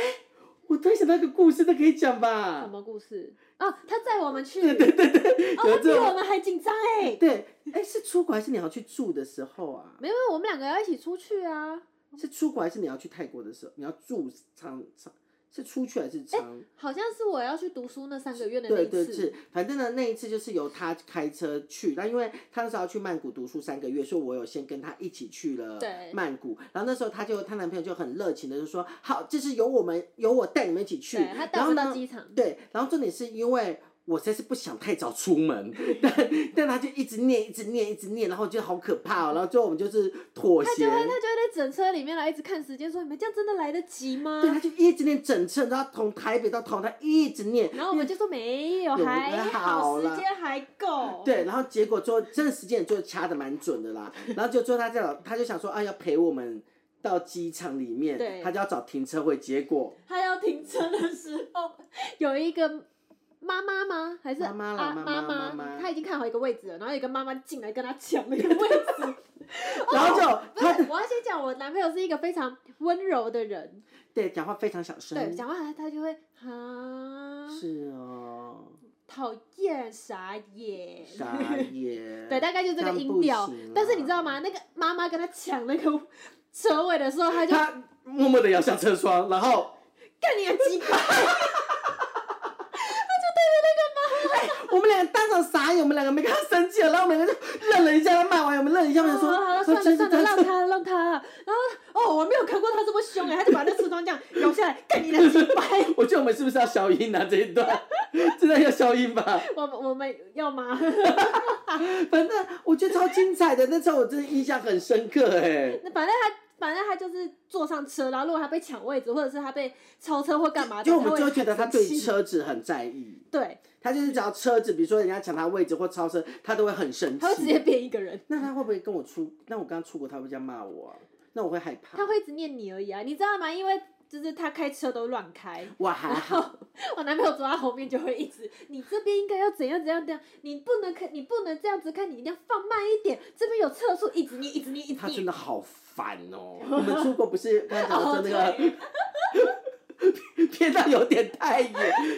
[SPEAKER 1] 我突然想到一个故事，这可以讲
[SPEAKER 2] 什
[SPEAKER 1] 吧？
[SPEAKER 2] 么故事？哦，他载我们去，
[SPEAKER 1] 对对对对，
[SPEAKER 2] 哦，
[SPEAKER 1] 有
[SPEAKER 2] 他比
[SPEAKER 1] 这
[SPEAKER 2] 我
[SPEAKER 1] 种
[SPEAKER 2] 们还紧张哎。
[SPEAKER 1] 对，哎，是出国还是你要去住的时候啊？
[SPEAKER 2] 没有，我们两个要一起出去啊，
[SPEAKER 1] 是出国还是你要去泰国的时候？你要住长长是出去还是长？
[SPEAKER 2] 好像是我要去读书那三个月的那
[SPEAKER 1] 对
[SPEAKER 2] 一
[SPEAKER 1] 对
[SPEAKER 2] 次。
[SPEAKER 1] 是，反正呢那一次就是由他开车去，那因为他那时候要去曼谷读书三个月，所以我有先跟他一起去了
[SPEAKER 2] 对
[SPEAKER 1] 曼谷。然后那时候他就她男朋友就很热情的就说：“好，这是由我们由我带你们一起去。”
[SPEAKER 2] 对他带
[SPEAKER 1] 然
[SPEAKER 2] 我
[SPEAKER 1] 后
[SPEAKER 2] 们到
[SPEAKER 1] 呢，
[SPEAKER 2] 机场，
[SPEAKER 1] 对，然后重点是因为我实在是不想太早出门， [LAUGHS] 但但他就一直念，一直念，一直念，然后就好可怕哦。然后最后我们就是妥
[SPEAKER 2] 他
[SPEAKER 1] 协
[SPEAKER 2] 就，会他就会在整车里面来一直看时间，说你们这样真的来得及吗
[SPEAKER 1] 对，？他就一直念整车，然后从台北到桃园，他一直念。
[SPEAKER 2] 然后我们就说没有，
[SPEAKER 1] 有
[SPEAKER 2] 还
[SPEAKER 1] 好
[SPEAKER 2] 好，时
[SPEAKER 1] 啦
[SPEAKER 2] 间还够。
[SPEAKER 1] 对，然后结果最后真的时间也就掐的蛮准的啦，然后就最后他这样，他就想说啊要陪我们到机场里面，
[SPEAKER 2] 对
[SPEAKER 1] 他就要找停车位，结果
[SPEAKER 2] 他要停车的时候， [LAUGHS] 有一个妈妈吗？还是
[SPEAKER 1] 妈妈啦
[SPEAKER 2] 啊
[SPEAKER 1] 妈
[SPEAKER 2] 妈
[SPEAKER 1] 妈妈妈
[SPEAKER 2] 她已经看好一个位置了，然后有一个妈妈进来跟她抢那个
[SPEAKER 1] [LAUGHS]
[SPEAKER 2] 位置。
[SPEAKER 1] 然后就
[SPEAKER 2] 哦不
[SPEAKER 1] 他
[SPEAKER 2] 是，我要先讲，我男朋友是一个非常温柔的人，
[SPEAKER 1] 对讲话非常小声，
[SPEAKER 2] 对，讲话他他就会哈，
[SPEAKER 1] 是
[SPEAKER 2] [LAUGHS]
[SPEAKER 1] 哦，
[SPEAKER 2] 讨厌傻眼，
[SPEAKER 1] 傻眼，
[SPEAKER 2] 对，大概就这个
[SPEAKER 1] 样
[SPEAKER 2] 音
[SPEAKER 1] 不
[SPEAKER 2] 调
[SPEAKER 1] 行啊。
[SPEAKER 2] 但是你知道吗？那个妈妈跟他抢那个车位的时候，他就
[SPEAKER 1] 他默默的摇下车窗，然后
[SPEAKER 2] 干你个鸡巴！
[SPEAKER 1] 我们两个当场傻眼，我们两个没跟他生气了，然后我们两个就愣了一下，他骂完我们愣了一下，我们就说，
[SPEAKER 2] 哦好了好
[SPEAKER 1] 说
[SPEAKER 2] 了，算了算了，让他让他。然后哦，我没有看过他这么凶哎，他就把那车窗这样摇下来，干你的鸡
[SPEAKER 1] [LAUGHS]
[SPEAKER 2] 巴！
[SPEAKER 1] 我觉得我们是不是要消音啊这一段？ [LAUGHS] 这段要消音吧？
[SPEAKER 2] 我们我们要吗？ [LAUGHS]
[SPEAKER 1] 反正我觉得超精彩的，那时候我真的印象很深刻哎。
[SPEAKER 2] 那反正他反正他就是坐上车，然后如果他被抢位置，或者是他被超车或干嘛的，
[SPEAKER 1] 就我
[SPEAKER 2] 他
[SPEAKER 1] 们
[SPEAKER 2] 会
[SPEAKER 1] 就会觉得他对
[SPEAKER 2] 很生气
[SPEAKER 1] 车子很在意，
[SPEAKER 2] 对，
[SPEAKER 1] 他就是只要车子，比如说人家抢他位置或超车，他都会很生
[SPEAKER 2] 他会直接
[SPEAKER 1] 气。
[SPEAKER 2] 变一个人，
[SPEAKER 1] 那他会不会跟我出？那我刚出国，他会不会这样骂我啊？那我会害怕
[SPEAKER 2] 他。会一直念你而已啊，你知道吗？因为就是他开车都乱开，
[SPEAKER 1] 我还
[SPEAKER 2] 然
[SPEAKER 1] 好，
[SPEAKER 2] 后我男朋友走到后面就会一直，你这边应该要怎样怎样怎样，你不能看，你不能这样子看，你一定要放慢一点，这边有测速，一直念，一直念，一直
[SPEAKER 1] 他真
[SPEAKER 2] 念。
[SPEAKER 1] 的好烦哦。我们出国不是刚才讲说那
[SPEAKER 2] 哦
[SPEAKER 1] 个
[SPEAKER 2] 对
[SPEAKER 1] [LAUGHS] 偏到有点太远，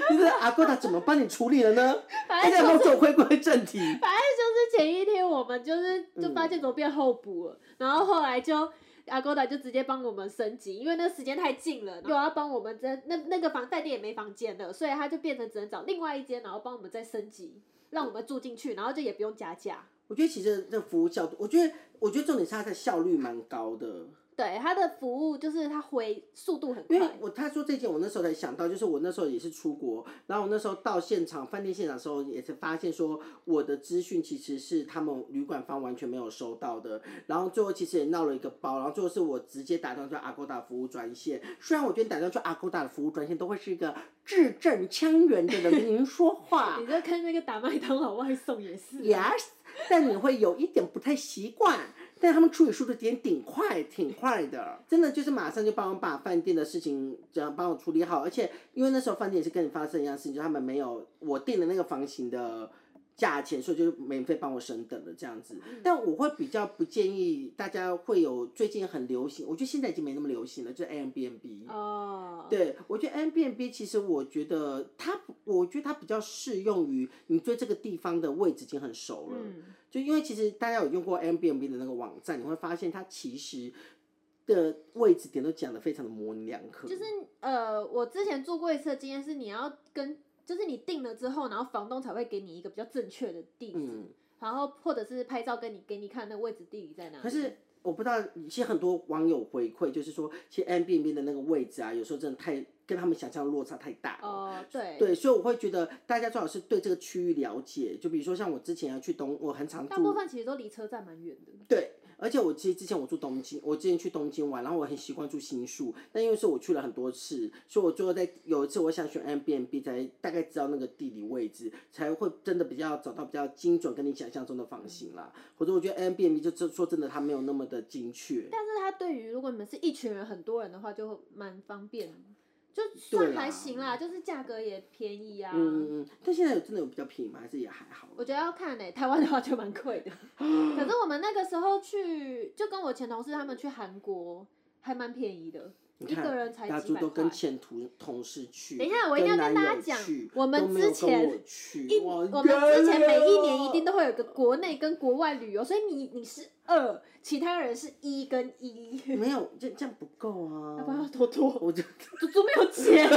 [SPEAKER 1] 就是阿哥他怎么帮你处理了呢？
[SPEAKER 2] 反
[SPEAKER 1] 大
[SPEAKER 2] 正
[SPEAKER 1] 家
[SPEAKER 2] 就
[SPEAKER 1] 我
[SPEAKER 2] 是，
[SPEAKER 1] 走回归正题。
[SPEAKER 2] 反正就是前一天我们就是就
[SPEAKER 1] 嗯
[SPEAKER 2] 发现怎么变候补了，然后后来就。阿勾达就直接帮我们升级，因为那时间太近了，又要帮我们在那那个房饭店也没房间了，所以他就变成只能找另外一间，然后帮我们再升级，让我们住进去，然后就也不用加价。
[SPEAKER 1] 我觉得其实这服务效度，我觉得我觉得重点是他的效率蛮高的。
[SPEAKER 2] 对，他的服务就是他回速度很快
[SPEAKER 1] 因为。我他说这件，我那时候才想到，就是我那时候也是出国，然后我那时候到现场饭店现场的时候，也是发现说我的资讯其实是他们旅馆方完全没有收到的，然后最后其实也闹了一个包，然后最后是我直接打电话去阿勾达服务专线，虽然我觉得打电话去阿勾达的服务专线都会是一个字正腔圆的人跟您说话
[SPEAKER 2] 你就看那个打麦当劳外送也是啊，
[SPEAKER 1] ，yes，但你会有一点不太习惯。但他们处理速度点挺快，挺快的，真的就是马上就帮我把饭店的事情这样帮我处理好，而且因为那时候饭店也是跟你发生一样事情，就他们没有我订的那个房型的价钱，所以就免费帮我升等了这样子。但我会比较不建议大家会有最近很流行，我觉得现在已经没那么流行了，就是 Airbnb。
[SPEAKER 2] 哦，
[SPEAKER 1] 对，我觉得 Airbnb 其实我觉得它，我觉得它比较适用于你对这个地方的位置已经很熟了。
[SPEAKER 2] 嗯，
[SPEAKER 1] 就因为其实大家有用过 Airbnb 的那个网站，你会发现它其实的位置点都讲的非常的模棱两可。
[SPEAKER 2] 就是呃，我之前做过一次的经验是，你要跟就是你定了之后，然后房东才会给你一个比较正确的地址，
[SPEAKER 1] 嗯，
[SPEAKER 2] 然后或者是拍照跟你给你看那个位置地理在哪里。
[SPEAKER 1] 可是我不知道，其实很多网友回馈就是说，其实 Airbnb 的那个位置啊，有时候真的太跟他们想象的落差太大了。
[SPEAKER 2] 哦、对，
[SPEAKER 1] 对，所以我会觉得大家最好是对这个区域了解，就比如说像我之前要去东，我很常
[SPEAKER 2] 大部
[SPEAKER 1] 住，
[SPEAKER 2] 分其实都离车站蛮远的。
[SPEAKER 1] 对，而且我其实之前我住东京，我之前去东京玩，然后我很习惯住新宿，但因为是我去了很多次，所以我最后在有一次我想选 M B N B 才大概知道那个地理位置，才会真的比较找到比较精准跟你想象中的房型啦。否则我觉得 M B N B 就真说真的它没有那么的精确。
[SPEAKER 2] 但是它对于如果你们是一群人很多人的话，就蛮方便的，就
[SPEAKER 1] 对
[SPEAKER 2] 算
[SPEAKER 1] 啦
[SPEAKER 2] 还行啦，就是价格也便宜啊。
[SPEAKER 1] 嗯，嗯，但现在有真的有比较便宜吗？还是也还好？
[SPEAKER 2] 我觉得要看诶、台湾的话就蛮
[SPEAKER 1] [GASPS]
[SPEAKER 2] 贵的。可是我们那个时候去，就跟我前同事他们去韩国，还蛮便宜的，
[SPEAKER 1] 你
[SPEAKER 2] 一
[SPEAKER 1] 看
[SPEAKER 2] 个人才
[SPEAKER 1] 大
[SPEAKER 2] 几
[SPEAKER 1] 猪
[SPEAKER 2] 百
[SPEAKER 1] 都跟
[SPEAKER 2] 块。
[SPEAKER 1] 前同同事去，
[SPEAKER 2] 等一下我一定要
[SPEAKER 1] 跟男
[SPEAKER 2] 跟大家
[SPEAKER 1] 友
[SPEAKER 2] 讲
[SPEAKER 1] 去
[SPEAKER 2] 我们
[SPEAKER 1] 都没
[SPEAKER 2] 之
[SPEAKER 1] 有跟
[SPEAKER 2] 前
[SPEAKER 1] 我去
[SPEAKER 2] 一，
[SPEAKER 1] 哇
[SPEAKER 2] 我们之前每一年一定都会有个国内跟国外旅游，所以你你是二，其他人是一跟一，
[SPEAKER 1] 没有，这这样不够啊！
[SPEAKER 2] 要不要多多？
[SPEAKER 1] 我就
[SPEAKER 2] 猪猪没有钱，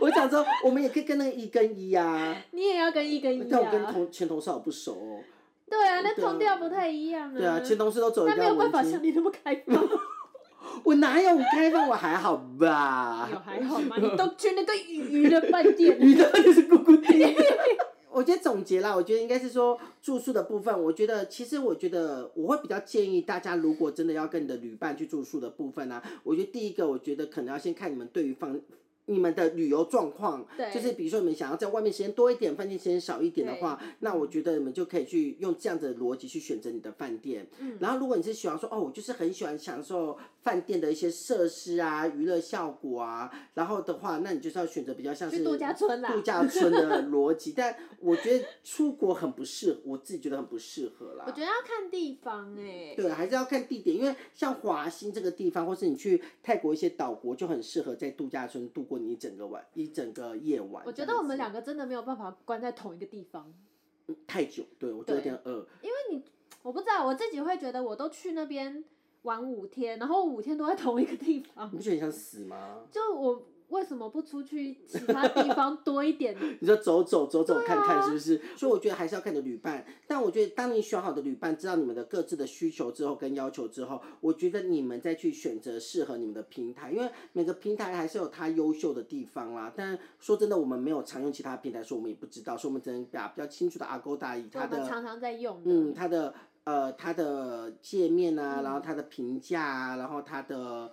[SPEAKER 1] 我想说，我们也可以跟那个一跟一啊。
[SPEAKER 2] [LAUGHS] 你也要跟一跟一
[SPEAKER 1] 但我跟
[SPEAKER 2] 啊。
[SPEAKER 1] 同前同事好不熟哦。
[SPEAKER 2] 对啊，那
[SPEAKER 1] 对啊
[SPEAKER 2] 同调不太一样啊。
[SPEAKER 1] 对啊，前同事都走
[SPEAKER 2] 他
[SPEAKER 1] 人
[SPEAKER 2] 没
[SPEAKER 1] 家
[SPEAKER 2] 有办法
[SPEAKER 1] 文
[SPEAKER 2] 像
[SPEAKER 1] 青，
[SPEAKER 2] 你那么开
[SPEAKER 1] [LAUGHS]
[SPEAKER 2] 放。
[SPEAKER 1] 我哪有开放？我还好
[SPEAKER 2] [LAUGHS] 有
[SPEAKER 1] 吧。
[SPEAKER 2] 还好吗？你都去那个鱼鱼的饭
[SPEAKER 1] [LAUGHS]
[SPEAKER 2] 店，
[SPEAKER 1] 你到底是咕咕滴？ [LAUGHS] 我觉得总结啦，我觉得应该是说住宿的部分，我觉得其实我觉得我会比较建议大家，如果真的要跟你的旅伴去住宿的部分啊，我觉得第一个，我觉得可能要先看你们对于方你们的旅游状况，
[SPEAKER 2] 对
[SPEAKER 1] 就是比如说你们想要在外面时间多一点，饭店时间少一点的话，那我觉得你们就可以去用这样子的逻辑去选择你的饭店。
[SPEAKER 2] 嗯
[SPEAKER 1] 然后如果你是喜欢说哦，我就是很喜欢享受饭店的一些设施啊、娱乐效果啊，然后的话，那你就是要选择比较像是
[SPEAKER 2] 去度假村啦
[SPEAKER 1] 度假村的逻辑。但我觉得出国很不适合，我自己觉得很不适合啦。
[SPEAKER 2] 我觉得要看地方哎、
[SPEAKER 1] 对，啊还是要看地点，因为像华兴这个地方，或是你去泰国一些岛国，就很适合在度假村度过你一整个晚一整个夜晚。
[SPEAKER 2] 我
[SPEAKER 1] 这
[SPEAKER 2] 觉
[SPEAKER 1] 样
[SPEAKER 2] 得我
[SPEAKER 1] 子
[SPEAKER 2] 们两个真的没有办法关在同一个地方，
[SPEAKER 1] 嗯太久，对我觉得有
[SPEAKER 2] 对
[SPEAKER 1] 点饿。
[SPEAKER 2] 因为你我不知道我自己会觉得我都去那边玩五天，然后五天都在同一个地方
[SPEAKER 1] 你，不觉得很想死吗？
[SPEAKER 2] 就我为什么不出去其他地
[SPEAKER 1] [LAUGHS]
[SPEAKER 2] 方多一点？
[SPEAKER 1] 你说走走走走
[SPEAKER 2] 对
[SPEAKER 1] 看看
[SPEAKER 2] 啊
[SPEAKER 1] 是不是？所以我觉得还是要看你的旅伴。但我觉得当你选好的旅伴，知道你们的各自的需求之后跟要求之后，我觉得你们再去选择适合你们的平台，因为每个平台还是有它优秀的地方啦。但说真的，我们没有常用其他平台，所以我们也不知道，所以我们只能把比较清楚的 Agoda 以
[SPEAKER 2] 就
[SPEAKER 1] 它
[SPEAKER 2] 我
[SPEAKER 1] 的
[SPEAKER 2] 们常常在用的，
[SPEAKER 1] 嗯，它的呃它的界面啊，
[SPEAKER 2] 嗯
[SPEAKER 1] 然后它的评价啊，然后它的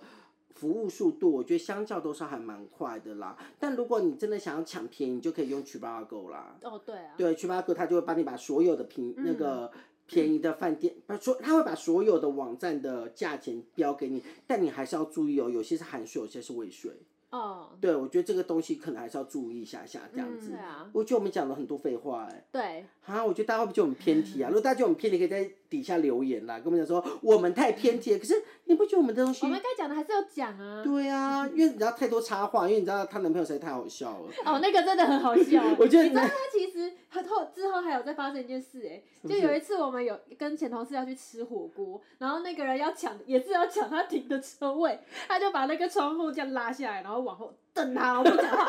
[SPEAKER 1] 服务速度，我觉得相较都是还蛮快的啦。但如果你真的想要抢便宜，你就可以用 Trivago 啦。
[SPEAKER 2] 哦对啊，
[SPEAKER 1] 对，Trivago 它就会帮你把所有的平、那
[SPEAKER 2] 嗯
[SPEAKER 1] 个。便宜的饭店，把所它会把所有的网站的价钱标给你，但你还是要注意哦，有些是含税，有些是未税。
[SPEAKER 2] 哦
[SPEAKER 1] 对，我觉得这个东西可能还是要注意一下下这样
[SPEAKER 2] 嗯
[SPEAKER 1] 子。
[SPEAKER 2] 对啊
[SPEAKER 1] 我觉得我们讲了很多废话哎、
[SPEAKER 2] 对，
[SPEAKER 1] 啊，我觉得大家会不会觉得我们偏题啊？如果大家觉得我们偏题，可以在底下留言啦，跟我们讲说我们太偏题了。可是你不觉得我们的东西
[SPEAKER 2] 我？们该讲的还是有讲啊。
[SPEAKER 1] 对啊，因为你知道太多插话，因为你知道她男朋友实在太好笑了。
[SPEAKER 2] [LAUGHS] 哦，那个真的很好笑。
[SPEAKER 1] [LAUGHS] 我觉得
[SPEAKER 2] 你知道
[SPEAKER 1] 那
[SPEAKER 2] 他其实他后之后还有再发生一件事哎、就有一次我们有跟前同事要去吃火锅，然后那个人要抢，也是要抢他停的车位，他就把那个窗户这样拉下来，然后往后瞪他，我不讲话，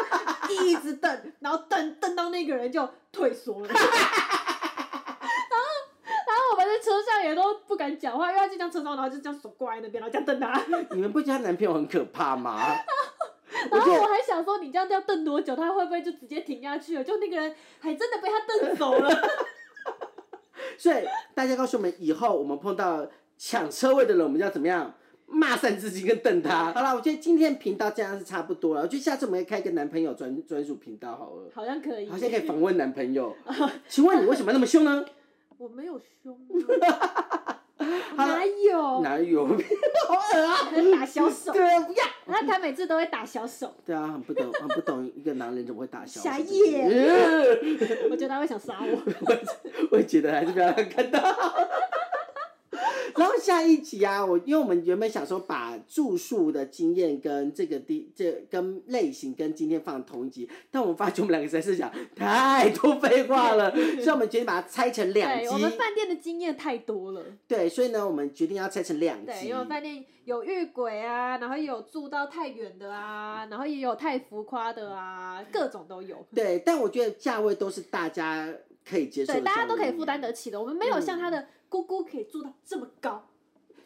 [SPEAKER 2] 一直瞪，然后瞪瞪到那个人就退缩了。然 [LAUGHS] 后然后我们在车上也都不敢讲话，因为他就这样车窗，然后就这样手挂在那边，然后这样瞪他。
[SPEAKER 1] 你们不觉得她男朋友很可怕吗？
[SPEAKER 2] [LAUGHS] 然后我还想说，你这样要瞪多久，他会不会就直接停下去了？就那个人还真的被他瞪走 [LAUGHS] 了。
[SPEAKER 1] 所以大家告诉我们，以后我们碰到抢车位的人，我们要怎么样？骂三字经跟瞪他。好啦，我觉得今天的频道这样是差不多了。我觉得下次我们可以开一个男朋友专专属频道好了，
[SPEAKER 2] 好像可以。
[SPEAKER 1] 好像可以访问男朋友。请问你为什么那么凶呢？ [LAUGHS]
[SPEAKER 2] 我没有凶啊， [LAUGHS]
[SPEAKER 1] 好
[SPEAKER 2] 哪有？
[SPEAKER 1] 哪有？ [LAUGHS] 好恶啊！
[SPEAKER 2] 还在打小 [LAUGHS] 手，
[SPEAKER 1] 对啊，不要。
[SPEAKER 2] 他他每次都会打小手，
[SPEAKER 1] 对啊，很不懂，很不懂一个男人怎么会打小手
[SPEAKER 2] 狭
[SPEAKER 1] 这
[SPEAKER 2] 义
[SPEAKER 1] 件事。
[SPEAKER 2] 我觉得他会想杀 [LAUGHS] 我。
[SPEAKER 1] [LAUGHS] 我觉得还是不要让他看到。然后下一集啊，我因为我们原本想说把住宿的经验跟这个地这跟类型跟今天放同一集，但我们发觉我们两个实在是讲太多废话了，所以我们决定把它拆成两
[SPEAKER 2] 对我们
[SPEAKER 1] 集。
[SPEAKER 2] 饭店的经验太多了，
[SPEAKER 1] 对，所以呢，我们决定要拆成两
[SPEAKER 2] 对，
[SPEAKER 1] 集
[SPEAKER 2] 因为我。们饭店有遇鬼啊，然后也有住到太远的啊，然后也有太浮夸的啊，各种都有。
[SPEAKER 1] 对，但我觉得价位都是大家可以接受的，
[SPEAKER 2] 对，大家都可以负担得起的。我们没有像他的姑姑可以住到这么高。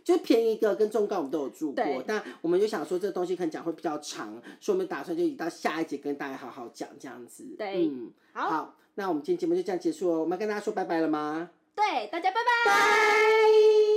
[SPEAKER 1] 就便宜个跟重高我们都有住过
[SPEAKER 2] 对，
[SPEAKER 1] 但我们就想说这东西可能讲会比较长，所以我们打算就移到下一节跟大家好好讲这样子。
[SPEAKER 2] 对
[SPEAKER 1] 嗯，
[SPEAKER 2] 好，
[SPEAKER 1] 好，那我们今天节目就这样结束哦。我们要跟大家说拜拜了吗？
[SPEAKER 2] 对，大家拜拜。
[SPEAKER 1] 拜。